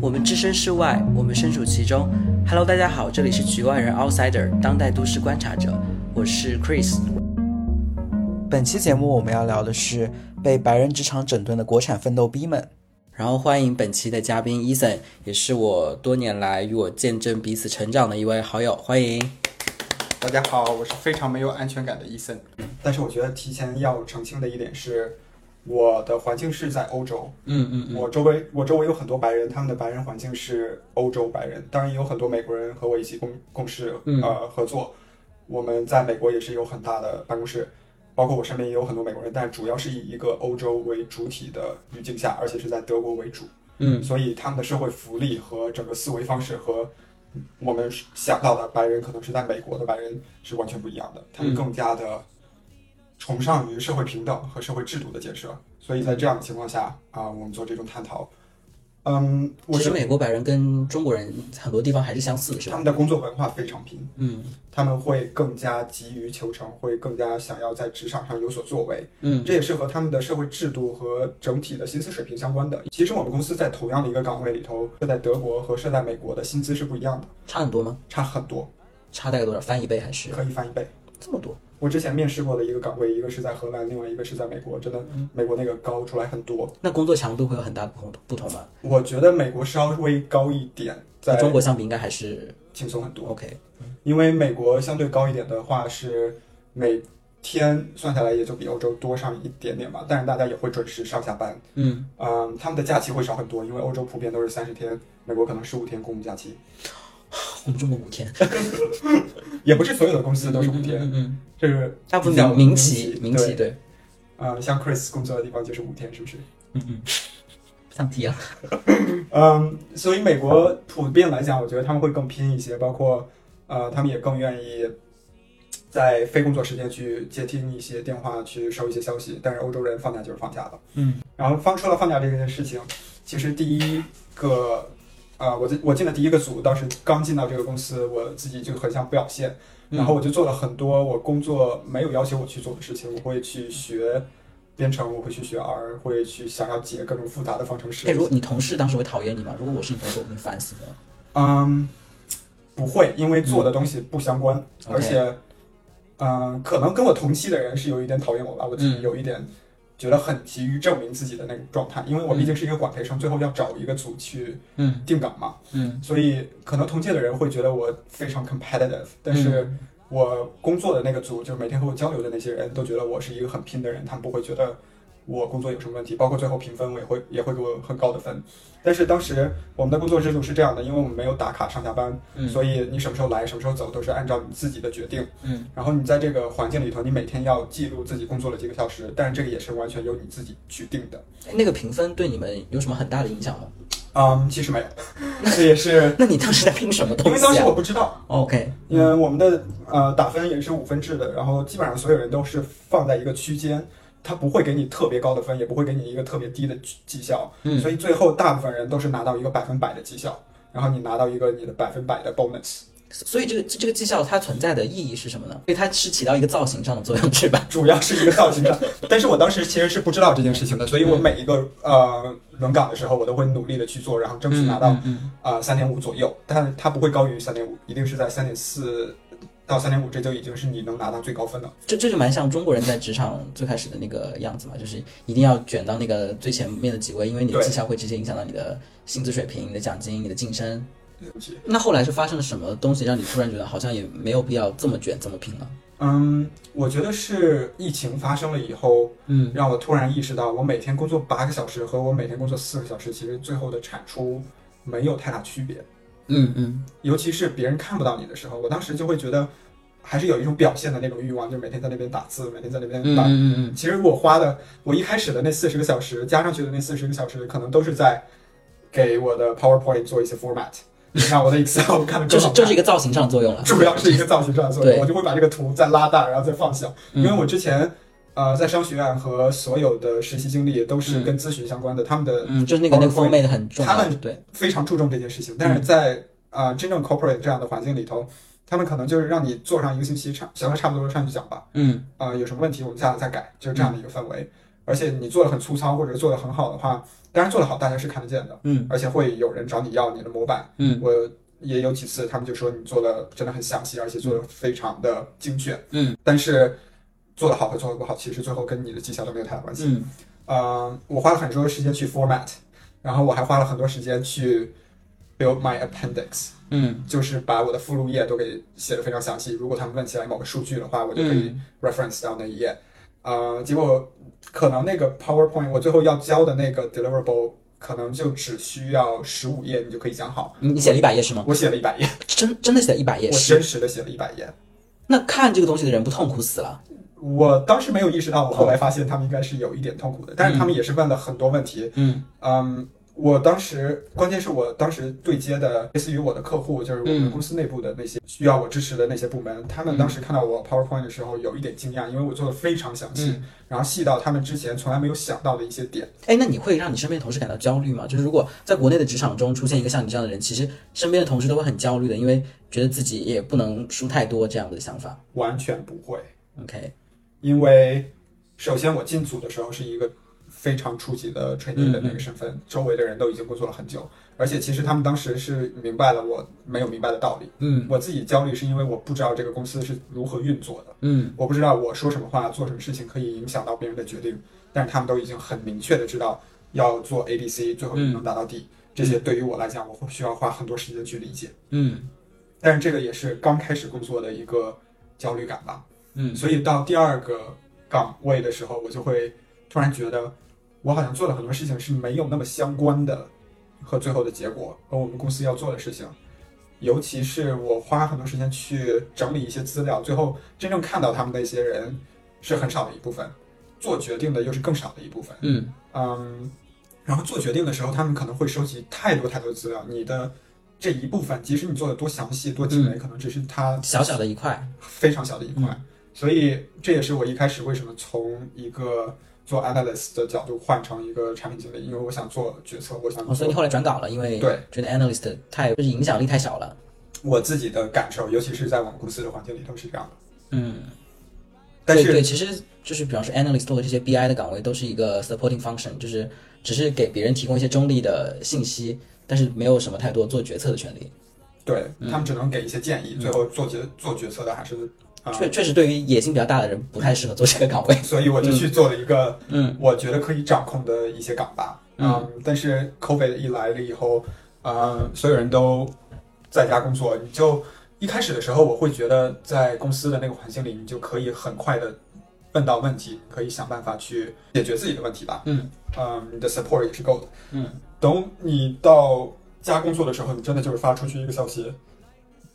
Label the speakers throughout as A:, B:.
A: 我们置身事外，我们身处其中。Hello，大家好，这里是局外人 Outsider，当代都市观察者，我是 Chris。
B: 本期节目我们要聊的是被白人职场整顿的国产奋斗逼们。
A: 然后欢迎本期的嘉宾 Eason，也是我多年来与我见证彼此成长的一位好友，欢迎。
C: 大家好，我是非常没有安全感的伊森。但是我觉得提前要澄清的一点是，我的环境是在欧洲，
A: 嗯嗯
C: 我周围我周围有很多白人，他们的白人环境是欧洲白人，当然也有很多美国人和我一起共共事
A: 嗯
C: 呃合作。我们在美国也是有很大的办公室，包括我身边也有很多美国人，但主要是以一个欧洲为主体的语境下，而且是在德国为主。
A: 嗯
C: 所以他们的社会福利和整个思维方式和我们想到的白人，可能是在美国的白人是完全不一样的。他们更加的崇尚于社会平等和社会制度的建设。所以在这样的情况下啊、我们做这种探讨，嗯，我
A: 其实
C: 觉得
A: 美国白人跟中国人很多地方还是相似的，是
C: 他
A: 吧？
C: 们的工作文化非常平，
A: 嗯
C: 他们会更加急于求成，会更加想要在职场上有所作为。
A: 嗯
C: 这也是和他们的社会制度和整体的薪资水平相关的。其实我们公司在同样的一个岗位里头，设在德国和设在美国的薪资是不一样的，
A: 差很多吗？
C: 差很多，
A: 差大概多少？翻一倍还是
C: 可以翻一倍。
A: 这么多？
C: 我之前面试过的一个岗位，一个是在荷兰，另外一个是在美国，真的
A: 嗯
C: 美国那个高出来很多。
A: 那工作强度会有很大的不同不同吗？
C: 我觉得美国稍微高一点，在
A: 和中国相比应该还是
C: 轻松很多，
A: OK。
C: 因为美国相对高一点的话是每天算下来也就比欧洲多上一点点吧，但是大家也会准时上下班。
A: 嗯，
C: 嗯，他们的假期会少很多，因为欧洲普遍都是三十天，美国可能十五天公共假期，
A: 我嗯们中国五天，
C: 也不是所有的公司都是五
A: 嗯
C: 天，
A: 嗯，
C: 这是
A: 大部
C: 比较
A: 分民企，
C: 民
A: 民企
C: 对，
A: 对，
C: 嗯，像 Chris 工作的地方就是五天，是不是？
A: 嗯嗯，上提啊，
C: 嗯，所以美国普遍来讲，我觉得他们会更拼一些，包括呃，他们也更愿意在非工作时间去接听一些电话，去收一些消息。但是欧洲人放假就是放假的，
A: 嗯。
C: 然后放说到放假这件事情，其实第一个，呃，我进我进的第一个组，当时刚进到这个公司，我自己就很想表现，
A: 嗯
C: 然后我就做了很多我工作没有要求我去做的事情，我会去学。编程我会去学 R，会去想要解各种复杂的方程式。
A: 哎，如果你同事当时会讨厌你吗？如果我是你同事，我会烦死的。
C: 嗯，不会，因为做的东西不相关，
A: OK
C: 而且，嗯、可能跟我同期的人是有一点讨厌我吧，我自
A: 嗯
C: 己有一点觉得很急于证明自己的那种状态，因为我毕竟是一个管培生，最后要找一个组去
A: 嗯
C: 定岗嘛，
A: 嗯，
C: 所以可能同届的人会觉得我非常 competitive，但是
A: 嗯
C: 我工作的那个组，就是每天和我交流的那些人都觉得我是一个很拼的人，他们不会觉得我工作有什么问题，包括最后评分，我也会也会给我很高的分。但是当时我们的工作制度是这样的，因为我们没有打卡上下班，
A: 嗯
C: 所以你什么时候来，什么时候走都是按照你自己的决定。
A: 嗯，
C: 然后你在这个环境里头，你每天要记录自己工作了几个小时，但是这个也是完全由你自己去定的。
A: 哎那个评分对你们有什么很大的影响吗？
C: 嗯，其实没有，这也是
A: 那你当时在拼什么
C: 因
A: 东
C: 为
A: 西
C: 当时
A: 啊
C: 我不知道。
A: ？OK，
C: 嗯，我们的呃打分也是五分制的，然后基本上所有人都是放在一个区间，他不会给你特别高的分，也不会给你一个特别低的绩绩效，
A: 嗯
C: 所以最后大部分人都是拿到一个百分百的绩效，然后你拿到一个你的百分百的 bonus，
A: 所以这个这个绩效它存在的意义是什么呢？因为它是起到一个造型上的作用，是吧？
C: 主要是一个造型上。 但是我当时其实是不知道这件事情的，所
A: 嗯
C: 以我每一个呃轮岗的时候，我都会努力的去做，然后争取拿到
A: 嗯嗯
C: 啊三点五左右，但它不会高于三点五，一定是在三点四到三点五，这就已经是你能拿到最高分了。
A: 这这就蛮像中国人在职场最开始的那个样子嘛，就是一定要卷到那个最前面的几位，因为你的
C: 对
A: 绩效会直接影响到你的薪资水平、你的奖金、你的晋升。
C: 对不起
A: 那后来是发生了什么东西让你突然觉得好像也没有必要这么卷、这么拼了？
C: 嗯，我觉得是疫情发生了以后，
A: 嗯
C: 让我突然意识到，我每天工作八个小时和我每天工作四个小时，其实最后的产出没有太大区别。
A: 嗯嗯
C: 尤其是别人看不到你的时候，我当时就会觉得，还是有一种表现的那种欲望，就每天在那边打字，每天在那边
A: 嗯
C: 打。
A: 嗯嗯，
C: 其实我花的，我一开始的那四十个小时加上去的那四十个小时，可能都是在给我的 PowerPoint 做一些 format，让我的 Excel 看得
A: 就是
C: 更好看。
A: 就是一个造型上作用了。
C: 主要是一个造型上的作用，
A: 对
C: 我就会把这个图再拉大，然后再放小。
A: 嗯
C: 因为我之前呃在商学院和所有的实习经历都是跟咨询相关的，他们的
A: 嗯，就是那个那个
C: PowerPoint
A: 封面很重
C: 他
A: 要，
C: 们
A: 对，
C: 非常注重这件事
A: 嗯
C: 情，但是在啊、呃真正 corporate 这样的环境里头，他们可能就是让你做上一个星期，差行了差不多上去讲吧，
A: 嗯
C: 啊、有什么问题我们下次再改，就是这样的一个氛围。而且你做的很粗糙或者做的很好的话，当然做得好大家是看得见的，
A: 嗯
C: 而且会有人找你要你的模板。
A: 嗯
C: 我也有几次他们就说你做的真的很详细，而且做的非常的精确，
A: 嗯
C: 但是做得好和做得不好，其实最后跟你的技巧都没有太大关系。
A: 嗯
C: 呃，我花了很多时间去 format，然后我还花了很多时间去 build my appendix，
A: 嗯
C: 就是把我的附录页都给写得非常详细。如果他们问起来某个数据的话，我就可以
A: 嗯
C: reference 到那一页。呃，结果可能那个 PowerPoint 我最后要交的那个 deliverable 可能就只需要十五页，你就可以讲好。
A: 你你写了一百页是吗？
C: 我写了一百页，
A: 真真的写了一百页
C: 我
A: 是
C: 真？实的写了一百页。
A: 那看这个东西的人不痛苦死了？
C: 我当时没有意识到，我后来发现他们应该是有一点痛苦的，但是他们也是问了很多问题，
A: 嗯
C: 嗯，我当时关键是我当时对接的类似于我的客户，就是我
A: 嗯嗯
C: 们公司内部的那些需要我支持的那些部门，他们当时看到我 PowerPoint 的时候有一点惊讶，因为我做的非常详
A: 嗯
C: 细，然后细到他们之前从来没有想到的一些点。
A: 哎，那你会让你身边的同事感到焦虑吗？就是如果在国内的职场中出现一个像你这样的人，其实身边的同事都会很焦虑的，因为觉得自己也不能输太多这样的想法。
C: 完全不会，
A: OK，
C: 因为首先我进组的时候是一个非常初级的 trainee 的那个身份，周围的人都已经工作了很久，而且其实他们当时是明白了我没有明白的道理。
A: 嗯
C: 我自己焦虑是因为我不知道这个公司是如何运作的。
A: 嗯
C: 我不知道我说什么话、做什么事情可以影响到别人的决定，但是他们都已经很明确的知道要做 A、B、C，最后
A: 嗯
C: 能达到 D、这些对于我来讲，我会需要花很多时间去理解。
A: 嗯
C: 但是这个也是刚开始工作的一个焦虑感吧。
A: 嗯
C: 所以到第二个岗位的时候，我就会突然觉得，我好像做了很多事情是没有那么相关的和最后的结果和我们公司要做的事情。尤其是我花很多时间去整理一些资料，最后真正看到他们那些人是很少的一部分，做决定的又是更少的一部分。
A: 嗯
C: 嗯，然后做决定的时候，他们可能会收集太多太多资料，你的这一部分，即使你做的多详细、多精美，可能只是它
A: 嗯小嗯小的一块，
C: 非常小的一块。所以这也是我一开始为什么从一个做 analyst 的角度换成一个产品经理，因为我想做决策，我想
A: 哦，所以你
C: 做
A: 后来转岗了，因为
C: 对
A: 觉得 analyst 太就是影响力太小了。
C: 我自己的感受，尤其是在我们公司的环境里头是这样的。
A: 嗯，
C: 但
A: 对
C: 是
A: 对，其实就是比方说 analyst 或者这些 BI 的岗位都是一个 supporting function，就是只是给别人提供一些中立的信息，但是没有什么太多做决策的权利。
C: 对
A: 嗯
C: 他们只能给一些建议，最后做决做决策的还是啊。
A: 确确实对于野心比较大的人不太适合做这个岗位。
C: 所以我就去做了一个
A: 嗯
C: 我觉得可以掌控的一些岗吧。
A: 嗯，
C: 但是 COVID 一来了以后，呃，所有人都在家工作，你就一开始的时候，我会觉得在公司的那个环境里，你就可以很快的问到问题，可以想办法去解决自己的问题吧。
A: 嗯
C: 嗯，你的 support 也是够的。
A: 嗯
C: 等你到家工作的时候，你真的就是发出去一个消息，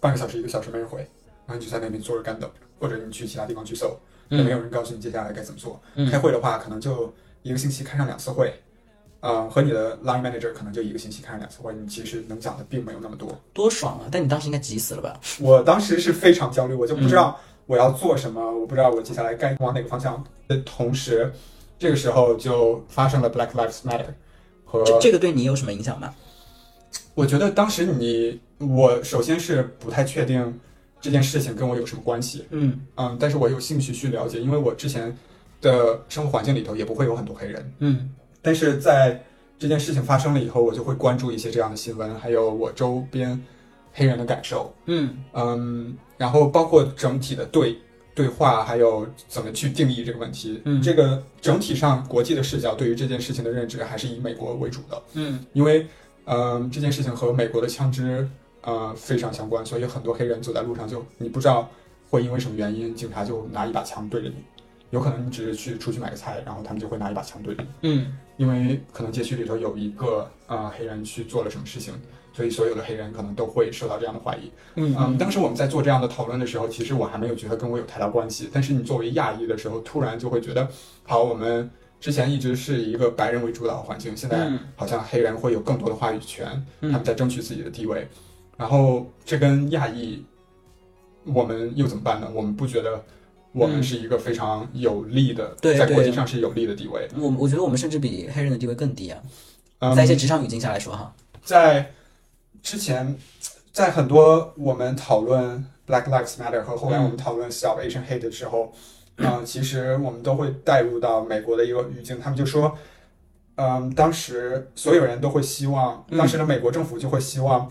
C: 半个小时、一个小时没人回，然后你就在那边坐着干等，或者你去其他地方去搜，也没有人告诉你接下来该怎么做。
A: 嗯
C: 开会的话，可能就一个星期开上两次会，呃，和你的 line manager 可能就一个星期开上两次会，你其实能讲的并没有那么多。
A: 多爽啊！但你当时应该急死了吧？
C: 我当时是非常焦虑，我就不知
A: 嗯
C: 道我要做什么，我不知道我接下来该往哪个方向。呃同时，这个时候就发生了 Black Lives Matter 和
A: 这这个对你有什么影响吗？
C: 我觉得当时你，我首先是不太确定这件事情跟我有什么关系，
A: 嗯
C: 嗯，但是我有兴趣去了解，因为我之前的生活环境里头也不会有很多黑人，
A: 嗯
C: 但是在这件事情发生了以后，我就会关注一些这样的新闻，还有我周边黑人的感受，
A: 嗯
C: 嗯，然后包括整体的对对话，还有怎么去定义这个问题，
A: 嗯
C: 这个整体上国际的视角对于这件事情的认知还是以美国为主的，
A: 嗯
C: 因为嗯、呃这件事情和美国的枪支呃非常相关，所以很多黑人走在路上就你不知道会因为什么原因，警察就拿一把枪对着你，有可能你只是去出去买个菜，然后他们就会拿一把枪对着你，
A: 嗯
C: 因为可能街区里头有一个呃黑人去做了什么事情，所以所有的黑人可能都会受到这样的怀疑。嗯，当时我们在做这样的讨论的时候，其实我还没有觉得跟我有太大关系。但是你作为亚裔的时候，突然就会觉得，好，我们之前一直是一个白人为主导的环境，现在
A: 嗯
C: 好像黑人会有更多的话语权，
A: 嗯
C: 他们在争取自己的地位。然后这跟亚裔，我们又怎么办呢？我们不觉得我们
A: 嗯
C: 是一个非常有利的，
A: 对
C: 在国际
A: 对
C: 上是有利的地位。
A: 我我觉得我们甚至比黑人的地位更低啊，
C: 嗯，
A: 在一些职场语境下来说哈。
C: 在之前，在很多我们讨论 Black Lives Matter 和后来
A: 嗯
C: 我们讨论 Stop Asian Hate 的时呃候，啊、其实我们都会带入到美国的一个语境，他们就说嗯，当时所有人都会希望，
A: 嗯
C: 当时的美国政府就会希望，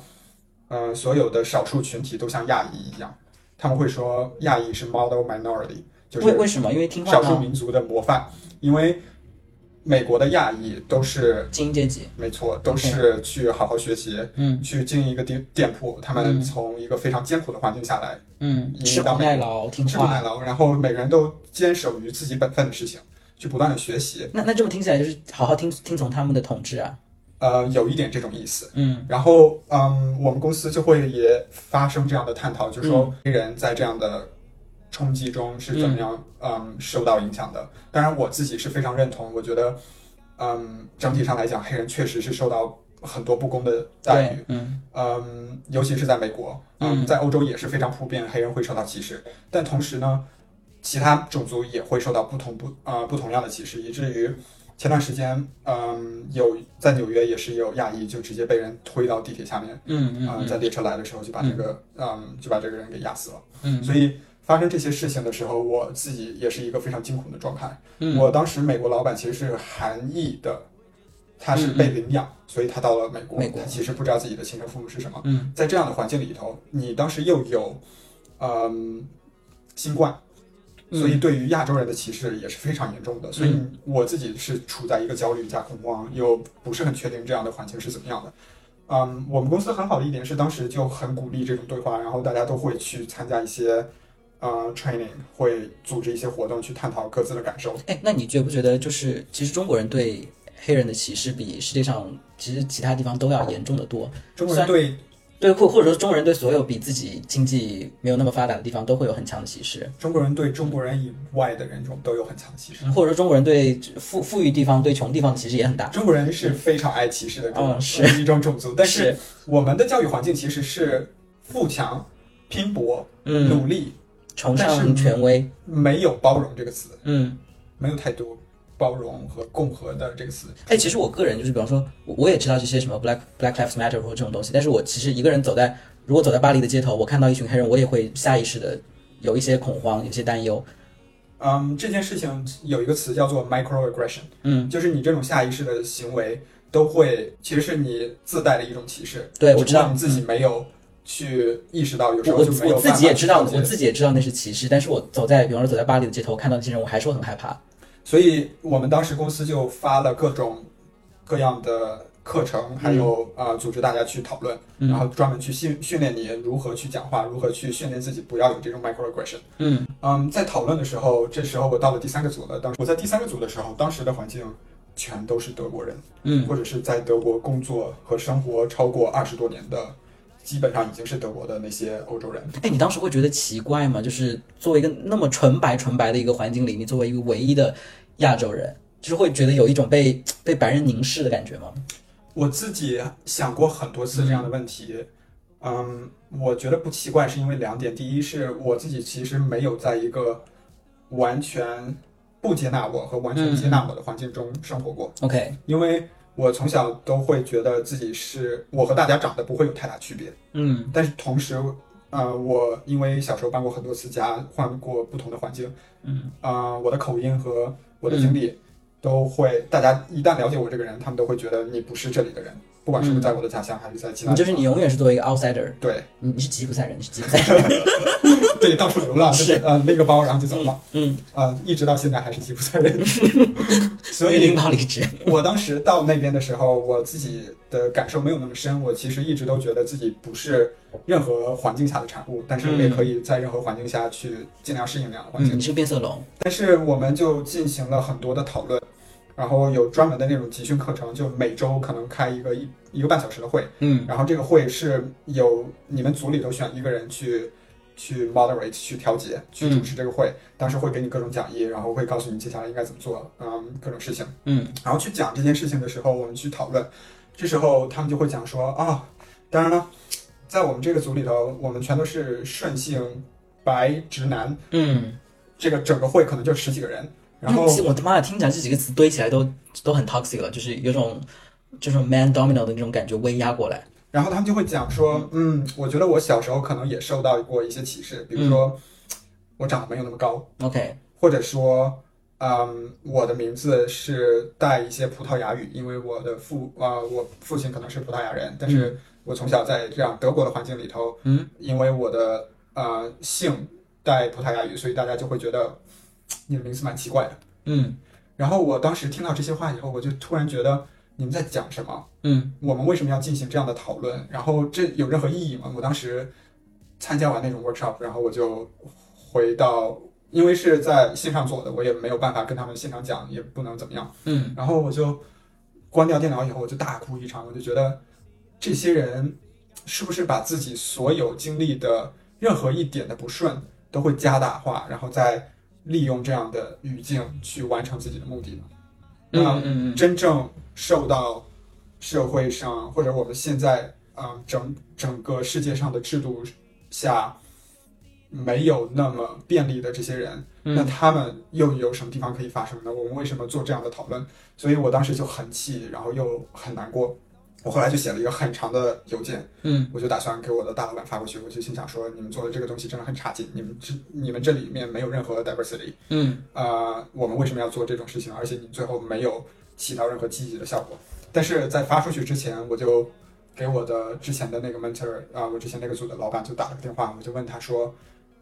C: 嗯、所有的少数群体都像亚裔一样，他们会说亚裔是 model minority，就
A: 为
C: 是
A: 为什么？因为听话
C: 少数
A: 吗？
C: 民族的模范，因为美国的亚裔都是
A: 精英阶级，
C: 没错，都是去好好学习，
A: 嗯
C: 去经营一个店店铺，他
A: 嗯
C: 们从一个非常艰苦的环境下来，
A: 嗯，
C: 移
A: 吃
C: 到
A: 苦
C: 美
A: 耐
C: 国
A: 劳，听
C: 吃苦耐
A: 话。
C: 劳，然后每个人都坚守于自己本分的事情，去不断的学习，
A: 那那这么听起来就是好好听听从他们的统治啊。
C: 呃，有一点这种意思。
A: 嗯
C: 然后，嗯，我们公司就会也发生这样的探讨，就是说人在这样的冲击中是怎么样，嗯受到影响的。当然，我自己是非常认同，我觉得，嗯，整体上来讲，黑人确实是受到很多不公的待遇
A: 对，，嗯
C: 嗯，尤其是在美国，嗯，
A: 嗯
C: 在欧洲也是非常普遍，黑人会受到歧视，但同时呢，其他种族也会受到不同不呃不同样的歧视，以至于前段时间，嗯，有在纽约也是有亚裔就直接被人推到地铁下面，
A: 嗯嗯
C: 啊、
A: 嗯
C: 在列车来的时候就把这个嗯就把这个人给压死了，
A: 嗯
C: 所以发生这些事情的时候，我自己也是一个非常惊恐的状态。
A: 嗯，
C: 我当时美国老板其实是韩裔的，他是被领养，所以他到了美国，
A: 嗯美国
C: 他其实不知道自己的亲生父母是什么。
A: 嗯，
C: 在这样的环境里头，你当时又有，嗯，新冠，
A: 嗯
C: 所以对于亚洲人的歧视也是非常严重的。所以我自己是处在一个焦虑加恐慌，又不是很确定这样的环境是怎么样的。嗯，我们公司很好的一点是，当时就很鼓励这种对话，然后大家都会去参加一些呃 training，会组织一些活动去探讨各自的感受。
A: 哎，那你觉不觉得就是其实中国人对黑人的歧视比世界上其实其他地方都要严重的多？
C: 中国人对
A: 对，或或者说中国人对所有比自己经济没有那么发达的地方都会有很强的歧视，
C: 中国人对中国人以外的人种都有很强的歧视。
A: 或者说中国人对富富裕地方对穷地方的歧视也很大。
C: 中国人是非常爱歧视的这种、呃
A: 嗯是
C: 一种种族，但是我们的教育环境其实是富强、拼搏、
A: 嗯，
C: 努力，
A: 崇
C: 但是
A: 尚权威，
C: 没有包容这个词，
A: 嗯。
C: 没有太多包容和共和的这个词。
A: 哎，其实我个人就是，比方说，我我也知道这些什么 Black Black Lives Matter 或者这种东西，但是我其实一个人走在，如果走在巴黎的街头，我看到一群黑人，我也会下意识的有一些恐慌，有一些担忧。
C: 嗯，这件事情有一个词叫做 microaggression，
A: 嗯，
C: 就是你这种下意识的行为都会，其实是你自带的一种歧视。
A: 对我
C: 只不
A: 知
C: 过
A: 道
C: 你自己没有去意识到，有时
A: 我
C: 候就没
A: 我
C: 有
A: 我自
C: 办法
A: 己也
C: 去
A: 知道，
C: 调节
A: 我自己也知道那是歧视，但是我走在，比方说走在巴黎的街头，看到那些人，我还是会很害怕。
C: 所以我们当时公司就发了各种各样的课程，还有呃组织大家去讨论，
A: 嗯
C: 然后专门去训训练你如何去讲话，如何去训练自己不要有这种 microaggression。
A: 嗯
C: 嗯，在讨论的时候，这时候我到了第三个组了。当时我在第三个组的时候，当时的环境全都是德国人，
A: 嗯
C: 或者是在德国工作和生活超过二十多年的，基本上已经是德国的那些欧洲人。
A: 哎，你当时会觉得奇怪吗？就是作为一个那么纯白纯白的一个环境里，你作为一个唯一的亚洲人，就是会觉得有一种被被白人凝视的感觉吗？
C: 我自己想过很多次这样的问题，嗯，我觉得不奇怪，是因为两点：第一是我自己其实没有在一个完全不接纳我和完全接纳我的环境中生活过，
A: OK，
C: 因为我从小都会觉得自己是我和大家长得不会有太大区别，
A: 嗯
C: 但是同时，呃，我因为小时候搬过很多次家，换过不同的环境，
A: 嗯
C: 啊，我的口音和我的经历都会，大家一旦了解我这个人，他们都会觉得你不是这里的人，不管是不是在我的家乡还是在其他
A: 你嗯
C: 地
A: 就
C: 方，
A: 是你永远是作为一个 outsider，
C: 对
A: 你你是吉普赛人，你是吉普赛人。
C: 对到处流浪，就是呃拎个包然后就走 了，
A: 嗯，
C: 呃，一直到现在还是吉普赛人， 所
A: 被领
C: 以
A: 导离职。
C: 我当时到那边的时候，我自己的感受没有那么深，我其实一直都觉得自己不是任何环境下的产物，但是我也可以在任何环境下去尽量适应那样的环境
A: 嗯，你。是个变色龙。
C: 但是我们就进行了很多的讨论，然后有专门的那种集训课程，就每周可能开一个一一个半小时的会，
A: 嗯
C: 然后这个会是有你们组里头选一个人去去 moderate 去调节去主持这个会，当时会给你各种讲义，然后会告诉你接下来应该怎么做，嗯，各种事情，
A: 嗯
C: 然后去讲这件事情的时候，我们去讨论，这时候他们就会讲说啊，当然了，在我们这个组里头，我们全都是顺性白直男，
A: 嗯。
C: 这个整个会可能就十几个人，然后
A: 那其实我的妈呀，听起来这几个词堆起来都都很 toxic 了，就是有种这种 man domino 的那种感觉威压过来。
C: 然后他们就会讲说，嗯，我觉得我小时候可能也受到过一些歧视，比如说我长得没有那么高，
A: OK，
C: 或者说嗯，我的名字是带一些葡萄牙语，因为我的父啊、我父亲可能是葡萄牙人，但是我从小在这样德国的环境里头，
A: 嗯，
C: 因为我的呃姓带葡萄牙语，所以大家就会觉得你的名字蛮奇怪的。
A: 嗯
C: 然后我当时听到这些话以后，我就突然觉得你们在讲什么？
A: 嗯
C: 我们为什么要进行这样的讨论？然后这有任何意义吗？我当时参加完那种 workshop，然后我就回到，因为是在线上做的，我也没有办法跟他们现场讲，也不能怎么样。
A: 嗯
C: 然后我就关掉电脑以后，我就大哭一场，我就觉得这些人是不是把自己所有经历的任何一点的不顺都会加大化，然后再利用这样的语境去完成自己的目的呢？
A: 嗯嗯嗯，
C: 真正受到社会上或者我们现在啊、呃整整个世界上的制度下没有那么便利的这些人，那
A: 嗯
C: 他们又有什么地方可以发生呢？我们为什么做这样的讨论？所以我当时就很气，然后又很难过。我后来就写了一个很长的邮件，
A: 嗯
C: 我就打算给我的大老板发过去。我就心想说，你们做的这个东西真的很差劲，你们这你们这里面没有任何 diversity，
A: 嗯
C: 呃，我们为什么要做这种事情，而且你最后没有起到任何积极的效果。但是在发出去之前，我就给我的之前的那个 mentor 啊、我之前那个组的老板就打了个电话，我就问他说，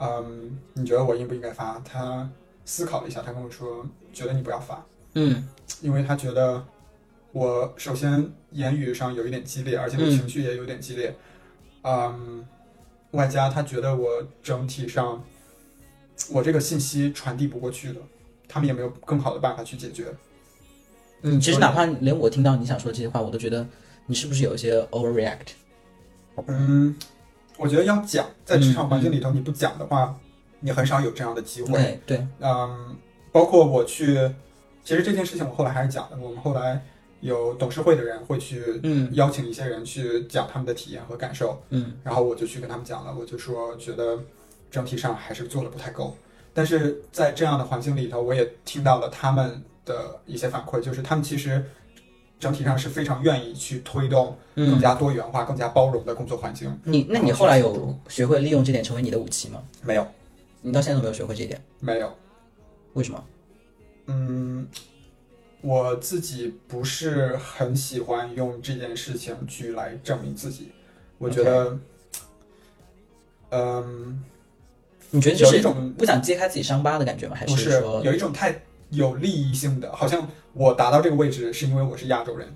C: 嗯，你觉得我应不应该发？他思考了一下，他跟我说，觉得你不要发，
A: 嗯
C: 因为他觉得我首先言语上有一点激烈，而且我
A: 嗯
C: 情绪也有点激烈，嗯，外加他觉得我整体上我这个信息传递不过去了，他们也没有更好的办法去解决。
A: 嗯，其实哪
C: 所以
A: 怕连我听到你想说这些话，我都觉得你是不是有一些 overreact？
C: 嗯，我觉得要讲，在职场
A: 嗯
C: 环境里头，你不讲的话，你很少有这样的机会。
A: 对对，
C: 嗯，包括我去，其实这件事情我后来还是讲的。我们后来有董事会的人会去
A: 嗯
C: 邀请一些人去讲他们的体验和感受，
A: 嗯
C: 然后我就去跟他们讲了，我就说觉得整体上还是做的不太够。但是在这样的环境里头，我也听到了他们的一些反馈，就是他们其实整体上是非常愿意去推动更
A: 嗯，
C: 加多元化、更加包容的工作环境。
A: 你那你后来有学会利用这点成为你的武器吗？
C: 没有，
A: 你到现在都没有学会这一点，
C: 没有。
A: 为什么？
C: 嗯，我自己不是很喜欢用这件事情去来证明自己。我觉得，嗯，
A: 你觉得这
C: 有一
A: 是
C: 种
A: 不想揭开自己伤疤的感觉吗？还
C: 不是
A: 说
C: 有一种太有利益性的，好像我达到这个位置是因为我是亚洲人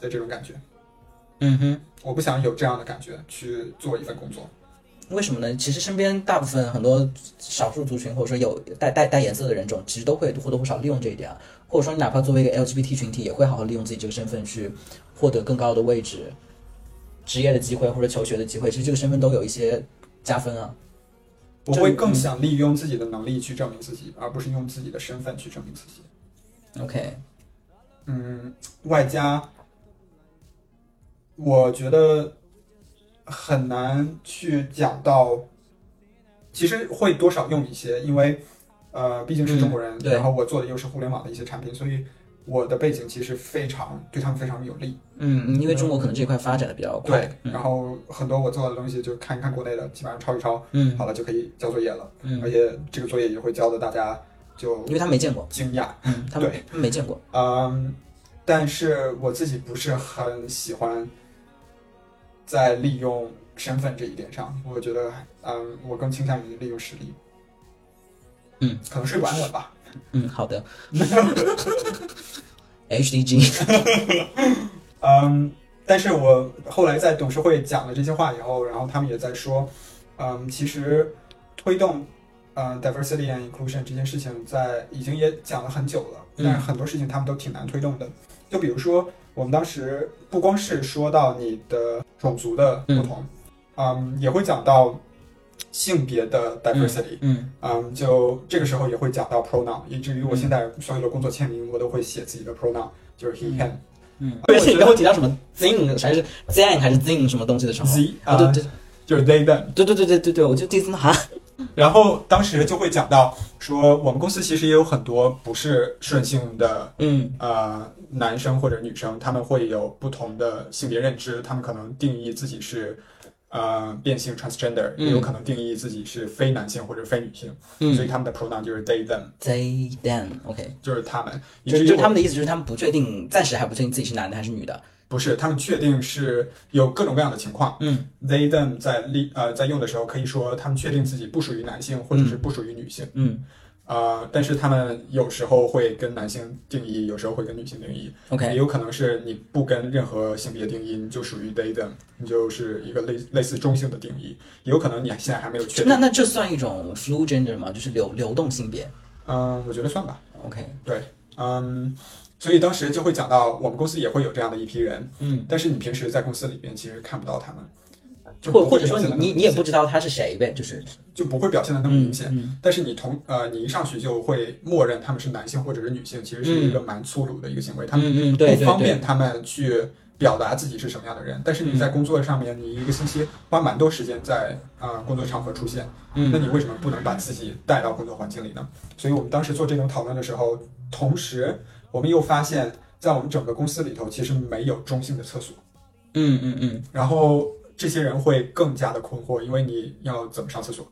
C: 的这种感觉。
A: 嗯哼？
C: 我不想有这样的感觉去做一份工作。
A: 为什么呢？其实身边大部分很多少数族群，或者说有带带带颜色的人种，其实都会或多或少利用这一点啊。或者说，你哪怕作为一个 LGBT 群体，也会好好利用自己这个身份去获得更高的位置、职业的机会或者求学的机会。其实这个身份都有一些加分啊。
C: 我
A: 这
C: 会更想利用自己的能力去证明自己，而不是用自己的身份去证明自己。
A: OK，
C: 嗯，外加，我觉得很难去讲到，其实会多少用一些，因为呃，毕竟是中国人，
A: 嗯对
C: 然后我做的又是互联网的一些产品，所以我的背景其实非常对他们非常有利。
A: 嗯，因为中国可能这一块发展的比较快。嗯
C: 然后很多我做的东西就看一看国内的，基本上抄一抄，
A: 嗯
C: 好了就可以交作业了，而
A: 嗯，
C: 且这个作业也会教的大家就
A: 因为他们没见过，
C: 惊讶。
A: 嗯，他们
C: 对
A: 他们没见过。
C: 嗯，但是我自己不是很喜欢在利用身份这一点上，我觉得，嗯，我更倾向于利用实力。
A: 嗯，
C: 可能是软稳吧。
A: 嗯，好 的。HDG，
C: 嗯，但是我后来在董事会讲了这些话以后，然后他们也在说，嗯，其实推动。嗯、d i v e r s i t y and inclusion 这件事情在已经也讲了很久了，
A: 嗯
C: 但是很多事情他们都挺难推动的。就比如说，我们当时不光是说到你的种族的不同，嗯也会讲到性别的 diversity，
A: 嗯
C: 嗯就这个时候也会讲到 pronoun，以至于我
A: 嗯
C: 现在所有的工作签名我都会写自己的 pronoun，就是 he、
A: 嗯
C: him。
A: 嗯，
C: 我觉得
A: 你刚刚提到什么 zing 还是 zang 还是 zing 什么东西的时候，
C: Z
A: 啊，
C: 啊，
A: 对
C: 对
A: 对
C: 就是 they them。
A: 对对对对对对，我就第一次哈，
C: 然后当时就会讲到说，我们公司其实也有很多不是顺性的
A: 嗯
C: 呃男生或者女生，他们会有不同的性别认知，他们可能定义自己是呃变性 transgender，、也
A: 嗯
C: 有可能定义自己是非男性或者非女性，所以他们的 pronoun 就是 they them，
A: they them OK，
C: 就是他们，以
A: 就
C: 至
A: 是
C: 于
A: 就
C: 我
A: 他们的意思就是他们不确定，暂时还不确定自己是男的还是女的。
C: 不是他们确定是有各种各样的情况。
A: 嗯
C: ，they them 在立呃在用的时候，可以说他们确定自己不属于男性或者是不属于女性。
A: 嗯
C: 呃，但是他们有时候会跟男性定义，有时候会跟女性定义，也
A: ，OK，
C: 有可能是你不跟任何性别定义，你就属于 they them，你就是一个类类似中性的定义，也有可能你现在还没有确定。
A: 那那这算一种 flu gender 吗？就是流流动性别。
C: 嗯，我觉得算吧。
A: OK，
C: 对，嗯，所以当时就会讲到，我们公司也会有这样的一批人，
A: 嗯，
C: 但是你平时在公司里边其实看不到他们，就
A: 或或
C: 不会
A: 者说你
C: 表现得那么
A: 你你
C: 明
A: 也
C: 显
A: 不知道他是谁呗，就是
C: 就不会表现的那么明显。
A: 嗯
C: 但是你同呃，你一上去就会默认他们是男性或者是女性，其实是一个蛮粗鲁的一个行为，他们
A: 嗯嗯，
C: 不
A: 对对
C: 方
A: 对嗯
C: 便，他们去表达自己是什么样的人。但是你在工作上面，你一个星期花蛮多时间在啊、呃工作场合出现，那
A: 嗯
C: 你为什么不能把自己带到工作环境里呢？所以我们当时做这种讨论的时候，同时我们又发现，在我们整个公司里头，其实没有中性的厕所。
A: 嗯嗯嗯
C: 然后这些人会更加的困惑，因为你要怎么上厕所？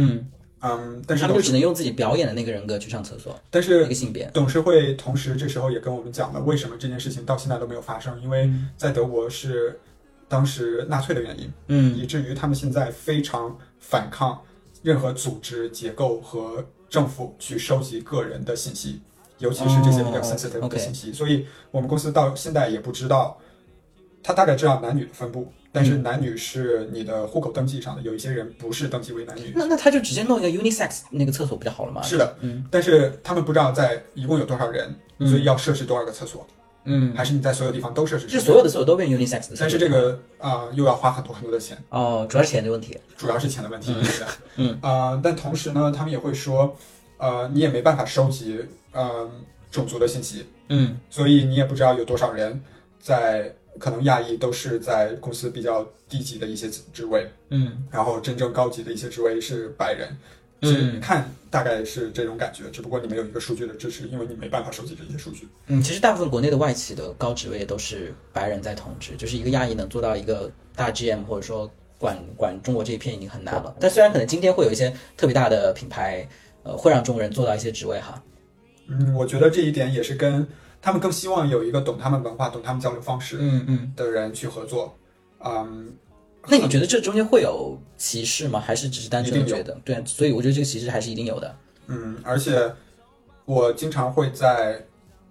A: 嗯，
C: 嗯，但是
A: 他们
C: 董
A: 就只
C: 事，
A: 能用自己表演的那个人格去上厕所，
C: 但
A: 那
C: 是
A: 个性别。
C: 董事会同时这时候也跟我们讲了，为什么这件事情到现在都没有发生？因为在德国是当时纳粹的原因，
A: 嗯
C: 以至于他们现在非常反抗任何组织结构和政府去收集个人的信息，尤其是这些比较
A: 哦
C: sensitive
A: OK
C: 的信息。所以我们公司到现在也不知道，他大概知道男女的分布。
A: 嗯
C: 但是男女是你的户口登记上的，有一些人不是登记为男女，
A: 那那他就直接弄一个 unisex 那个厕所不就好了吗？
C: 是的，
A: 嗯
C: 但是他们不知道在一共有多少人，
A: 嗯
C: 所以要设置多少个厕所，
A: 嗯，
C: 还是你在所有地方都设置？
A: 就所有的。所有都变 unisex 的厕所。
C: 嗯但是这个啊、又要花很多很多的钱，
A: 哦，主要是钱的问题。
C: 主要是钱的问题。
A: 嗯
C: 对的
A: 嗯。
C: 呃，但同时呢，他们也会说，呃，你也没办法收集呃种族的信息，
A: 嗯
C: 所以你也不知道有多少人在可能亚裔都是在公司比较低级的一些职职位，
A: 嗯
C: 然后真正高级的一些职位是白人。
A: 嗯
C: 是看大概是这种感觉，只不过你没有一个数据的支持，因为你没办法收集这些数据。
A: 嗯，其实大部分国内的外企的高职位都是白人在统治，就是一个亚裔能做到一个大 GM 或者说管管中国这一片已经很难了。但虽然可能今天会有一些特别大的品牌，呃，会让中国人做到一些职位哈。
C: 嗯，我觉得这一点也是跟他们更希望有一个懂他们文化、懂他们交流方式
A: 嗯嗯。
C: 的人去合作。嗯，
A: 那你觉得这中间会有歧视吗？还是只是单纯的觉得？对，所以我觉得这个歧视还是一定有的。
C: 嗯，而且我经常会在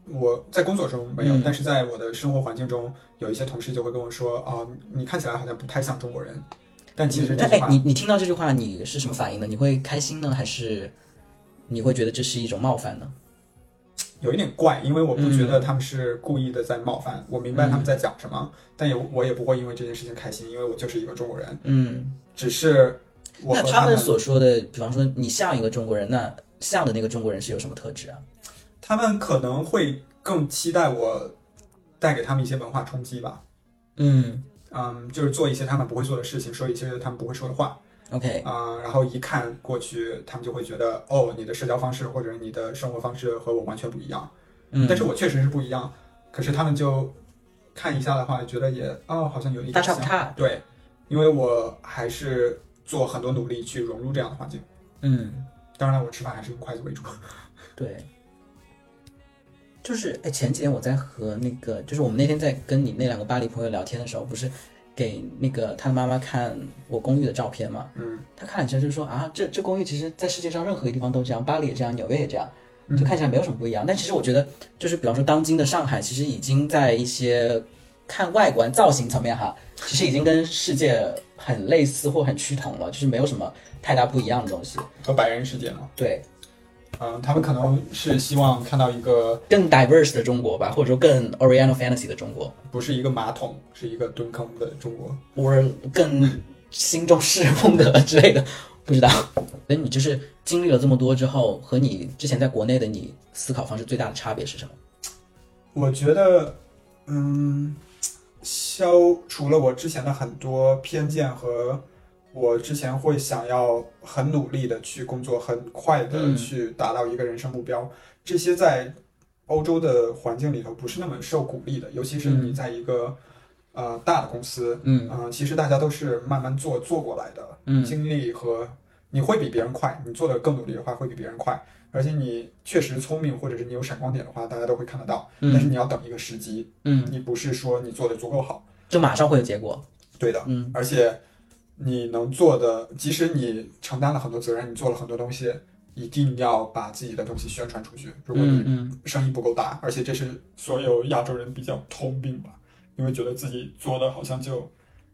C: 我在工作中没有，
A: 嗯
C: 但是在我的生活环境中，有一些同事就会跟我说啊、你看起来好像不太像中国人，但其实
A: 那
C: 这句
A: 哎
C: 话，
A: 你你听到这句话，你是什么反应呢？你会开心呢，还是你会觉得这是一种冒犯呢？
C: 有一点怪，因为我不觉
A: 嗯
C: 得他们是故意的在冒犯，我明白他们在讲什么，但也我也不会因为这件事情开心，因为我就是一个中国人，
A: 嗯，
C: 只是我
A: 那
C: 和
A: 他
C: 们
A: 们所说的，比方说你像一个中国人，那像的那个中国人是有什么特质啊？
C: 他们可能会更期待我带给他们一些文化冲击吧。
A: 嗯
C: 嗯，就是做一些他们不会做的事情，说一些他们不会说的话
A: ，OK，
C: 啊、然后一看过去，他们就会觉得，哦，你的社交方式或者你的生活方式和我完全不一样。
A: 嗯，
C: 但是我确实是不一样，可是他们就看一下的话，觉得也，哦，好像有一
A: 大
C: 点
A: 差
C: 像
A: 不。差，
C: 对，因为我还是做很多努力去融入这样的环境。
A: 嗯，
C: 当然了，我吃饭还是用筷子为主。
A: 对，就是哎，前几天我在和那个，就是我们那天在跟你那两个巴黎朋友聊天的时候，不是给那个他的妈妈看我公寓的照片嘛？
C: 嗯，
A: 她看了之后就说啊，这这公寓其实在世界上任何一个地方都这样，巴黎也这样，纽约也这样。就看起来没有什么不一样。但其实我觉得，就是比方说当今的上海，其实已经在一些看外观造型层面哈，其实已经跟世界很类似或很趋同了，就是没有什么太大不一样的东西。
C: 和白人世界嘛，
A: 对，
C: 嗯，他们可能是希望看到一个
A: 更 diverse 的中国吧，或者说更 Oriental Fantasy 的中国，
C: 不是一个马桶，是一个蹲坑的中国。
A: 或者更新中式风格之类的， 不知道。所以你就是经历了这么多之后，和你之前在国内的你思考方式最大的差别是什么？
C: 我觉得，嗯，消除了我之前的很多偏见和我之前会想要很努力的去工作，很快的
A: 嗯
C: 去达到一个人生目标，这些在欧洲的环境里头不是那么受鼓励的，尤其是
A: 嗯
C: 你在一个。呃大的公司，
A: 嗯
C: 嗯、其实大家都是慢慢做做过来的，
A: 嗯
C: 经历和你会比别人快，你做的更努力的话会比别人快，而且你确实聪明或者是你有闪光点的话，大家都会看得到，但是
A: 嗯
C: 你要等一个时机，
A: 嗯，
C: 你不是说你做的足够好，
A: 就马上会有结果。
C: 对的，
A: 嗯
C: 而且你能做的，即使你承担了很多责任，你做了很多东西，一定要把自己的东西宣传出去。如果
A: 嗯
C: 你
A: 嗯
C: 生意不够大，而且这是所有亚洲人比较通病吧，因为觉得自己做的好像就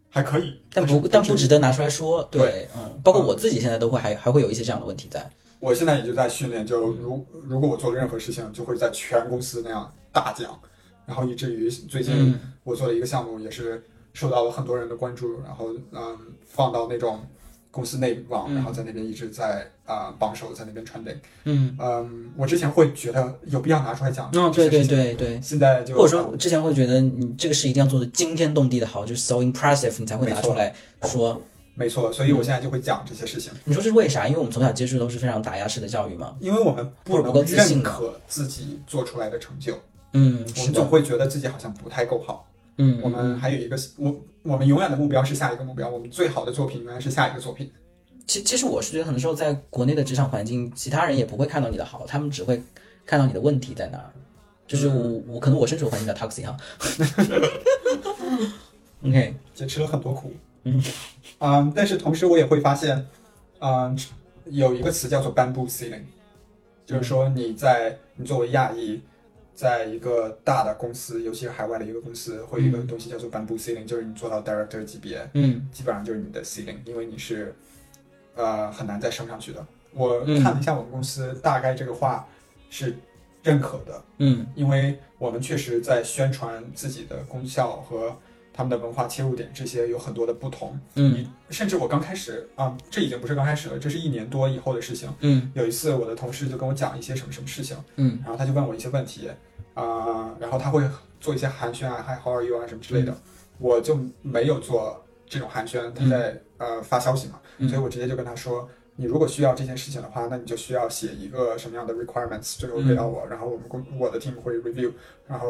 C: 还可以，
A: 但
C: 是
A: 不但不值得拿出来说，
C: 对
A: 对，嗯，包括我自己现在都会还还会有一些这样的问题在，
C: 我现在也就在训练，
A: 嗯
C: 就如如果我做了任何事情，就会在全公司那样大讲，然后以至于最近
A: 嗯
C: 我做了一个项目，也是受到了很多人的关注，然后嗯放到那种公司内网，
A: 嗯
C: 然后在那边一直在啊、榜首，在那边传递。
A: 嗯，
C: 嗯，我之前会觉得有必要拿出来讲，
A: 嗯，对对，对对，
C: 现在就
A: 或者说之前会觉得你这个事一定要做的惊天动地的好，就是 so impressive，你才会拿出来说。
C: 没错，所以
A: 嗯
C: 我现在就会讲这些事情，
A: 你说这是为啥？因为我们从小接触都是非常打压式的教育嘛。
C: 因为我们
A: 或
C: 不
A: 者不够
C: 能
A: 自信嘛
C: 认可自己做出来的成就，
A: 嗯，
C: 我
A: 是
C: 们总
A: 的，
C: 会觉得自己好像不太够好。
A: 嗯，
C: 我们还有一个，我我们永远的目标是下一个目标，我们最好的作品永远是下一个作品。
A: 其其实我是觉得，很多时候在国内的职场环境，其他人也不会看到你的好，他们只会看到你的问题在哪儿。就是我我可能我身处的环境比较 toxic 啊哈。OK，
C: 也吃了很多苦，嗯，但是同时我也会发现，嗯，有一个词叫做 bamboo ceiling，就是说你在你作为亚裔，在一个大的公司，尤其是海外的一个公司，会有一个东西叫做 bamboo ceiling，就是你做到 director 级别，
A: 嗯
C: 基本上就是你的 ceiling，因为你是呃很难再升上去的。我
A: 嗯
C: 看了一下我们公司，大概这个话是认可的，
A: 嗯
C: 因为我们确实在宣传自己的功效和他们的文化切入点这些有很多的不同。
A: 嗯
C: 甚至我刚开始啊、这已经不是刚开始了，这是一年多以后的事情。
A: 嗯
C: 有一次，我的同事就跟我讲一些什么什么事情，
A: 嗯
C: 然后他就问我一些问题，啊、然后他会做一些寒暄啊，Hi how are you 啊什么之
A: 嗯
C: 类的，我就没有做这种寒暄，他在、呃发消息嘛，
A: 嗯
C: 所以我直接就跟他说，你如果需要这件事情的话，那你就需要写一个什么样的 requirements，最后给
A: 嗯
C: 到我，然后我们公我的 team 会 review，然后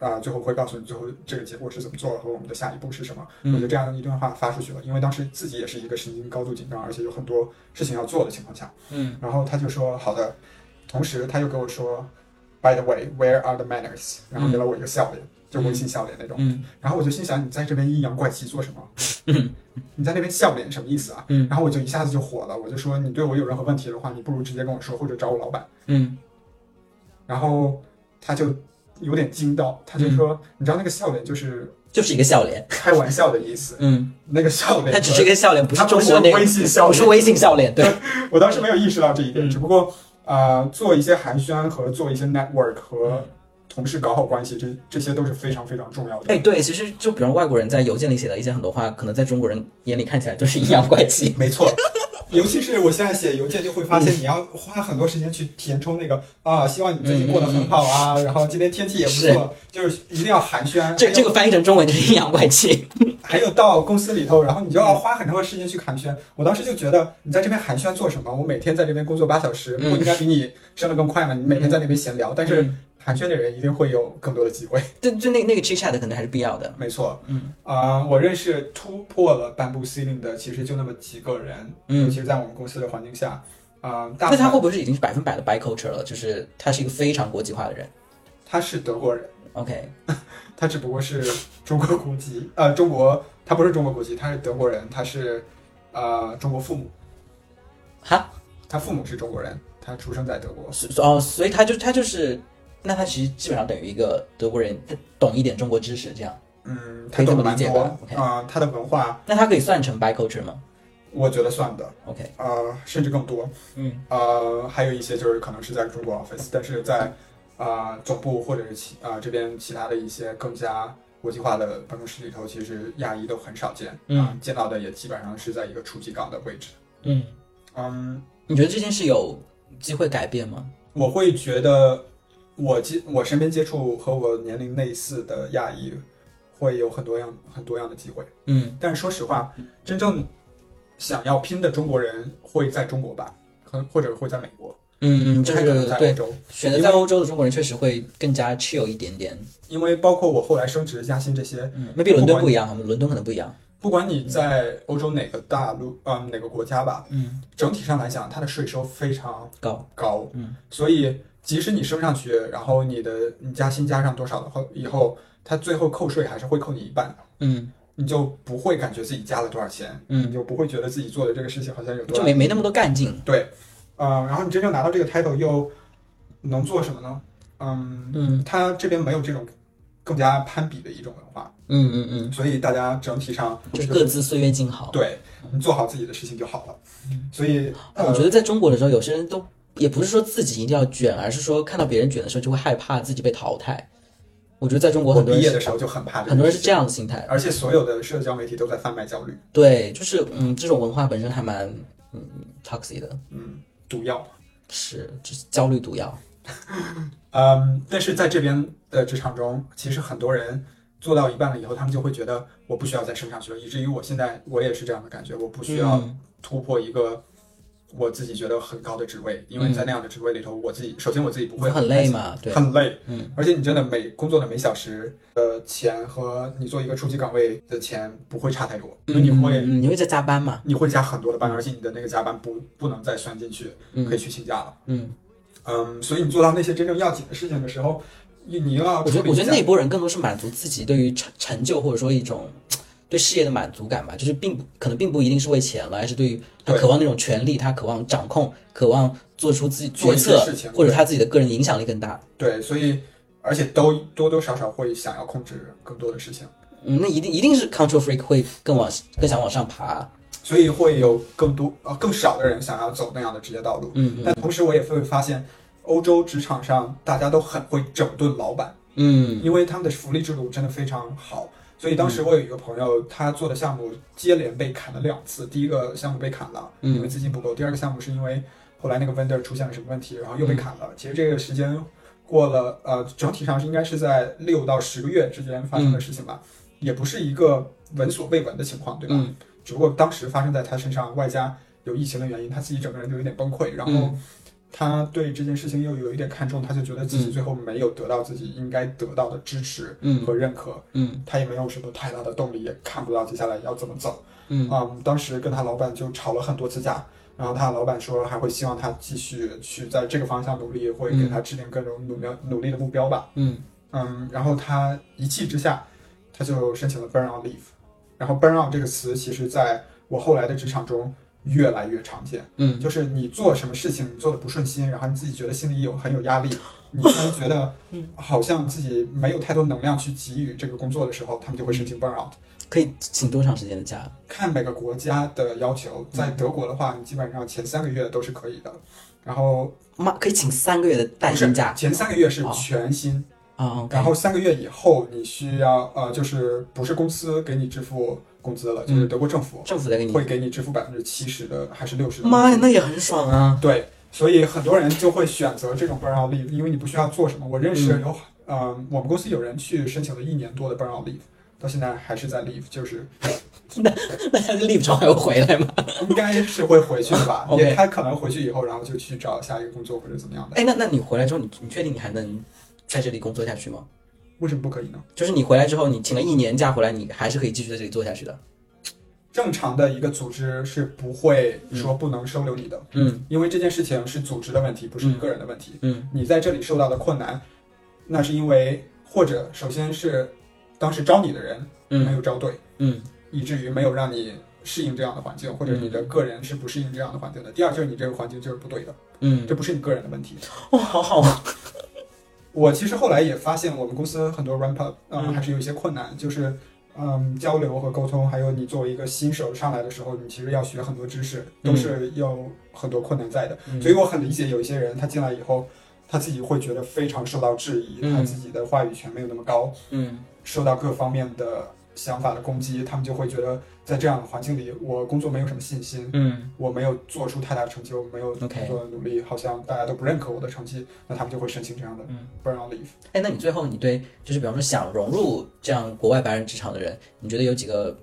C: 啊、最后会告诉你最后这个结果是怎么做和我们的下一步是什么。我就
A: 嗯
C: 这样一段话发出去了，因为当时自己也是一个神经高度紧张，而且有很多事情要做的情况下，
A: 嗯
C: 然后他就说好的，同时他又跟我说，By the way, where are the manners？然后给了我一个笑脸，就微信笑脸那种。
A: 嗯
C: 然后我就心想，你在这边阴阳怪气做什么？ 你在那边笑脸什么意思啊？
A: 嗯
C: 然后我就一下子就火了，我就说你对我有任何问题的话，你不如直接跟我说，或者找我老板。
A: 嗯
C: 然后他就有点惊到，他就说，
A: 嗯
C: 你知道那个笑脸就是
A: 就是一个笑脸。
C: 开玩笑的意思，
A: 嗯，
C: 那个笑脸
A: 它只是一个笑脸，不是
C: 它不
A: 中
C: 是
A: 国那个
C: 微信笑
A: 不是
C: 脸。
A: 微信笑脸， 对，
C: 我当时没有意识到这一点，
A: 嗯
C: 只不过呃，做一些寒暄和做一些 network 和同事搞好关系，这这些都是非常非常重要的。
A: 哎，对，其实就比方外国人在邮件里写的一些很多话，可能在中国人眼里看起来就是阴阳怪气。
C: 没错，尤其是我现在写邮件，就会发现你要花很多时间去填充那个啊，希望你最近过得很好啊，然后今天天气也不错，就是一定要寒暄。
A: 这
C: 还有
A: 这个翻译成中文就是阴阳怪 气。
C: 还有到公司里头，然后你就要花很长的时间去寒暄。我当时就觉得你在这边寒暄做什么？我每天在这边工作八小时，
A: 嗯
C: 不应该比你升得更快吗？你每天在那边闲聊，但是
A: 嗯
C: 寒暄的人一定会有更多的机会。
A: 对，就那那个 chit chat 可能还是必要的。
C: 没错，
A: 嗯
C: 啊、我认识突破了半步 ceiling 的，其实就那么几个人，尤
A: 嗯
C: 其，是在我们公司的环境下，啊、大
A: 那
C: 部
A: 他会
C: 分
A: 不会是已经是百分百的 bi culture 了？就是他是一个非常国际化的人。
C: 他是德国人，
A: OK，
C: 他只不过是中国国籍，呃，中国他不是中国国籍，他是德国人，他是呃中国父母，
A: 哈，
C: 他父母是中国人，他出生在德国，
A: 所哦，所以他就他就是，那他其实基本上等于一个德国人，他懂一点中国知识这样。
C: 嗯，
A: 可
C: 他
A: 以这
C: 懂
A: 么理
C: 得蛮
A: 解
C: 多
A: 吧？OK
C: 啊、他的文化
A: 那他可以算成 bi culture 吗
C: 我觉得算的，
A: ？OK，
C: 呃，甚至更多，
A: 嗯
C: 呃，还有一些就是可能是在中国 office，但是在啊、呃总部或者是其啊、这边其他的一些更加国际化的办公室里头，其实亚裔都很少见，
A: 嗯
C: 啊见到的也基本上是在一个初级岗的位置。
A: 嗯，
C: 嗯，
A: 你觉得这件事有机会改变吗？
C: 我会觉得我接我身边接触和我年龄类似的亚裔，会有很多样很多样的机会。
A: 嗯
C: 但是说实话，真正想要拼的中国人会在中国吧，可能或者会在美国。
A: 嗯嗯，就
C: 不太可能
A: 是
C: 在欧
A: 对
C: 洲，
A: 选择
C: 因
A: 在
C: 为
A: 欧洲的中国人确实会更加 chill 一点点。
C: 因为包括我后来升职加薪这些，
A: 嗯，maybe 伦敦
C: 不管
A: 不一样，我们伦敦可能不一样。
C: 不管你在欧洲哪个大陆啊、哪个国家吧，
A: 嗯，
C: 整体上来讲，它的税收非常
A: 高，
C: 高，
A: 嗯，
C: 所以即使你升上去，然后你的你加薪加上多少的话，以后它最后扣税还是会扣你一半，
A: 嗯
C: 你就不会感觉自己加了多少钱，你
A: 嗯，
C: 就不会觉得自己做的这个事情好像有多
A: 就
C: 少
A: 没没那么多干劲。
C: 嗯，然后你真正拿到这个 title 又能做什么呢？嗯，
A: 嗯
C: 他这边没有这种更加攀比的一种文化，
A: 嗯嗯嗯，
C: 所以大家整体上
A: 就是各自岁月静好。嗯
C: 对你做好自己的事情就好了。所以
A: 我觉
C: 呃，
A: 得在中国的时候，有些人都也不是说自己一定要卷，而是说看到别人卷的时候就会害怕自己被淘汰。我觉得在中国
C: 我
A: 很多
C: 毕
A: 人
C: 业
A: 是
C: 的时候就很怕，
A: 很多人是这，样的心态，
C: 而且所有的社交媒体都在贩卖焦虑，
A: 对，就是嗯，这种文化本身还蛮嗯 toxic 的，
C: 嗯，毒药。
A: 是就是焦虑毒药。
C: 嗯，但是在这边的职场中，其实很多人做到一半了以后，他们就会觉得我不需要再升上去了，以至于我现在我也是这样的感觉，我不需要
A: 嗯
C: 突破一个我自己觉得很高的职位，因为在那样的职位里头，我自己首先我自己不会
A: 嗯很
C: 开
A: 累
C: 心，
A: 嘛，对，
C: 很累，
A: 嗯，
C: 而且你真的每工作的每小时的钱和你做一个初级岗位的钱不会差太多，因为你会
A: 嗯你会在加班嘛？
C: 你会加很多的班，而且你的那个加班不不能再算进去，
A: 嗯
C: 可以去请假了，
A: 嗯，
C: 嗯，所以你做到那些真正要紧的事情的时候。你你又要
A: 我觉
C: 处
A: 得
C: 理
A: 我觉
C: 一
A: 得
C: 下
A: 那波人更多是满足自己对于成成就或者说一种对事业的满足感吧，就是并不可能并不一定是为钱了，而是对于他
C: 对
A: 渴望那种权利，他渴望掌控，渴望做出自己
C: 做
A: 决
C: 一些
A: 策
C: 事情，
A: 或者
C: 对
A: 他自己的个人影响力更大。
C: 对，所以而且都多多少少会想要控制更多的事情，
A: 嗯，那一定一定是 control freak 会更往更想往上爬。
C: 所以会有更多呃更少的人想要走那样的职业道路。
A: 嗯嗯
C: 但同时我也会发现，欧洲职场上大家都很会整顿老板，
A: 嗯
C: 因为他们的福利制度真的非常好。所以当时我有一个朋友，他做的项目接连被砍了两次，第一个项目被砍了，因为
A: 嗯
C: 资金不够；第二个项目是因为后来那个 vendor 出现了什么问题，然后又被砍
A: 嗯
C: 了。其实这个时间过了，呃，整体上是应该是在六到十个月之间发生的事情吧，也不是一个闻所未闻的情况，对吧？
A: 嗯
C: 只不过当时发生在他身上，外加有疫情的原因，他自己整个人就有点崩溃，然后
A: 嗯
C: 他对这件事情又有一点看重，他就觉得自己最后没有得到自己应该得到的支持
A: 嗯
C: 和认可，
A: 嗯
C: 他也没有什么太大的动力，也看不到接下来要怎么走。
A: 嗯
C: 嗯，当时跟他老板就吵了很多次架，然后他老板说还会希望他继续去在这个方向努力，会给他制定各种努力努力的目标吧。
A: 嗯
C: 嗯，然后他一气之下，他就申请了 burnout leave。然后 burnout 这个词，其实在我后来的职场中越来越常见，
A: 嗯，
C: 就是你做什么事情你做的不顺心，然后你自己觉得心里有很有压力，你突然觉得好像自己没有太多能量去给予这个工作的时候，他们就会申请 burnout。
A: 可以请多长时间的假？
C: 看每个国家的要求，在
A: 嗯
C: 德国的话，你基本上前三个月都是可以的。然后
A: 妈，可以请三个月的带
C: 不是
A: 薪假
C: 前三个月是
A: 哦
C: 全薪，
A: 啊？OK，
C: 然后三个月以后你需要呃，就是不是公司给你支付工资了，就是
A: 嗯
C: 德国政府
A: 政府再给你
C: 会给你支付百分之七十的还是六十的工资？
A: 妈呀，那也很爽啊！
C: 对，所以很多人就会选择这种 burnout leave，因为你不需要做什么。我认识有嗯、呃我们公司有人去申请了一年多的 burnout leave，到现在还是在 leave，就是
A: 那他立不着还会回来吗？？
C: 应该是会回去的吧
A: OK
C: 也他可能回去以后，然后就去找下一个工作或者怎么样的。
A: 哎，那那你回来之后，你你确定你还能在这里工作下去吗？
C: 为什么不可以呢？
A: 就是你回来之后，你请了一年假回来，你还是可以继续在这里做下去的。
C: 正常的一个组织是不会说不能收留你的，
A: 嗯
C: 因为这件事情是组织的问题，不是你个人的问题。
A: 嗯
C: 你在这里受到的困难，那是因为或者首先是当时招你的人没
A: 嗯
C: 有招对，
A: 嗯
C: 以至于没有让你适应这样的环境，或者你的
A: 嗯
C: 个人是不适应这样的环境的。第二就是你这个环境就是不对的，
A: 嗯，
C: 这不是你个人的问题。
A: 哇、好好啊！
C: 我其实后来也发现，我们公司很多 ramp up，嗯，
A: 嗯
C: 还是有一些困难，就是嗯，交流和沟通，还有你作为一个新手上来的时候，你其实要学很多知识，
A: 嗯
C: 都是有很多困难在的。所以我很理解有一些人，他进来以后，他自己会觉得非常受到质疑，
A: 嗯
C: 他自己的话语权没有那么高，
A: 嗯
C: 受到各方面的想法的攻击，他们就会觉得在这样的环境里，我工作没有什么信心，
A: 嗯
C: 我没有做出太大成就，没有
A: OK
C: 做的努力，好像大家都不认可我的成绩，那他们就会申请这样的
A: 嗯。
C: burnout leave。
A: 哎，那你最后你对就是比方说想融入这样国外白人职场的人，你觉得有几个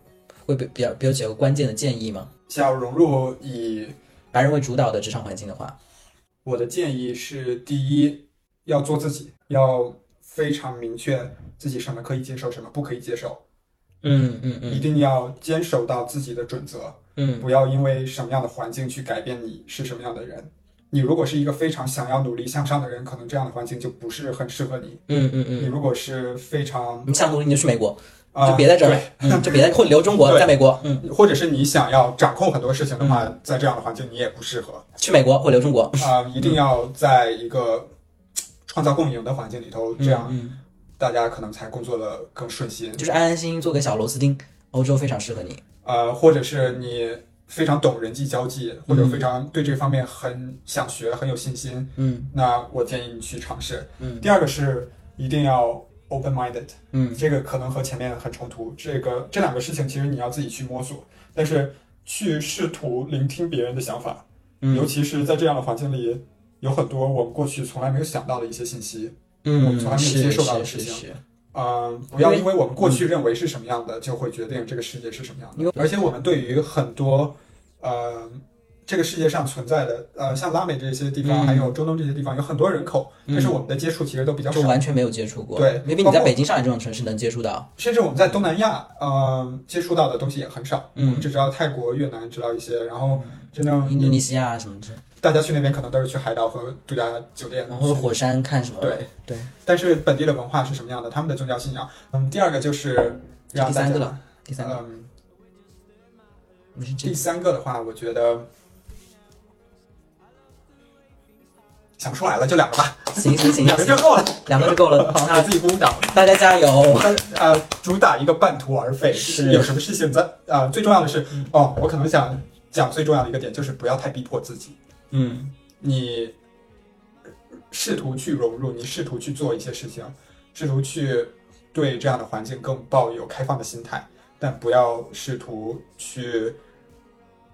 A: 会比比较比较几个关键的建议吗？
C: 想要融入以
A: 白人为主导的职场环境的话，
C: 我的建议是：第一，要做自己，要非常明确自己什么可以接受，什么不可以接受，
A: 嗯嗯
C: 一
A: 嗯
C: 定要坚守到自己的准则，
A: 嗯
C: 不要因为什么样的环境去改变你是什么样的人。你如果是一个非常想要努力向上的人，可能这样的环境就不是很适合你。
A: 嗯嗯
C: 你
A: 嗯，
C: 如果是非常
A: 你想努力你就去美国，
C: 啊，
A: 就别在这儿
C: 对
A: 了，嗯，就别在或者留中 国，
C: 对
A: 在美国，嗯，
C: 或者是你想要掌控很多事情的话，在这样的环境你也不适合
A: 去美国或留中国，
C: 啊、
A: 嗯
C: 一定要在一个创造共赢的环境里头，这样
A: 嗯，
C: 大家可能才工作的更顺心
A: 嗯。就是安安心心做个小螺丝钉，欧洲非常适合你，
C: 呃，或者是你非常懂人际交际，或者非常对这方面很想学、很有信心，
A: 嗯
C: 那我建议你去尝试。
A: 嗯
C: 第二个是一定要 open minded，
A: 嗯
C: 这个可能和前面很冲突。这个这两个事情其实你要自己去摸索，但是去试图聆听别人的想法，尤
A: 嗯
C: 其是在这样的环境里，有很多我们过去从来没有想到的一些信息。我们从来
A: 嗯，
C: 没有
A: 是
C: 接受到
A: 是
C: 的事
A: 是
C: 情
A: 是，
C: 嗯，不要
A: 因为
C: 因为我们过去认为是什么样的，就会决定这个世界是什么样
A: 因为
C: 的。而且我们对于很多，呃，这个世界上存在的，呃，像拉美这些地方，
A: 嗯
C: 还有中东这些地方，有很多人口，但是我们的接触其实都比较
A: 就
C: 少。
A: 完全没有接触过，
C: 对
A: ，maybe 你
C: 包括
A: 在北京、上海这种城市能接触到，
C: 甚至我们在东南亚，呃，接触到的东西也很少。我
A: 嗯
C: 们只知道泰国、越南知道一些，然后真
A: 印度尼
C: 正
A: 西亚什么的，
C: 大家去那边可能都是去海岛和度假酒店，
A: 然后火山看什么，
C: 对
A: 对。
C: 但是本地的文化是什么样的？他们的宗教信仰。嗯，第二个就是
A: 这
C: 让
A: 第三
C: 大
A: 个
C: 家
A: 了，第三个，
C: 嗯。
A: 你是这
C: 第三个的话，我觉得想不出来了，就两个吧，
A: 行行行
C: 两 个就
A: 行，
C: 够了，
A: 两个就够 了，
C: 好，给
A: 那
C: 自己鼓鼓掌。
A: 大家加油，
C: 但呃，主打一个半途而废，
A: 是
C: 有什么事情在呃，最重要的是哦，我可能想讲最重要的一个点就是不要太逼迫自己，
A: 嗯。
C: 你试图去融入，你试图去做一些事情，试图去对这样的环境更抱有开放的心态，但不要试图去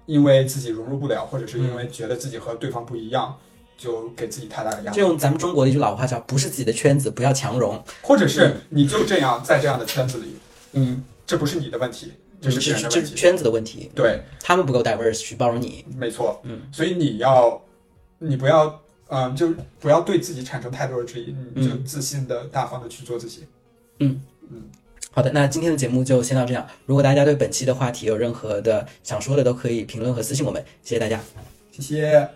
C: 因为自己融入不了，或者是因
A: 嗯
C: 为觉得自己和对方不一样，就给自己太大的压
A: 就嗯
C: 力，
A: 用咱们中国的一句老话叫“不是自己的圈子，不要强融
C: 或者是你就这样在这样的圈子里，”。
A: 嗯，
C: 这不是你的问题，这
A: 这
C: 是
A: 是
C: 别人
A: 嗯
C: 的
A: 这
C: 问
A: 是
C: 题。
A: 圈子的问题，
C: 对，
A: 他们不够 diverse 去包容你。
C: 没错，
A: 嗯，
C: 所以你要，你不要。嗯，就不要对自己产生太多的质疑，你就
A: 嗯
C: 自信的、大方的去做自己。
A: 好的，那今天的节目就先到这样。如果大家对本期的话题有任何的想说的，都可以评论和私信我们。谢谢大家。
C: 谢谢。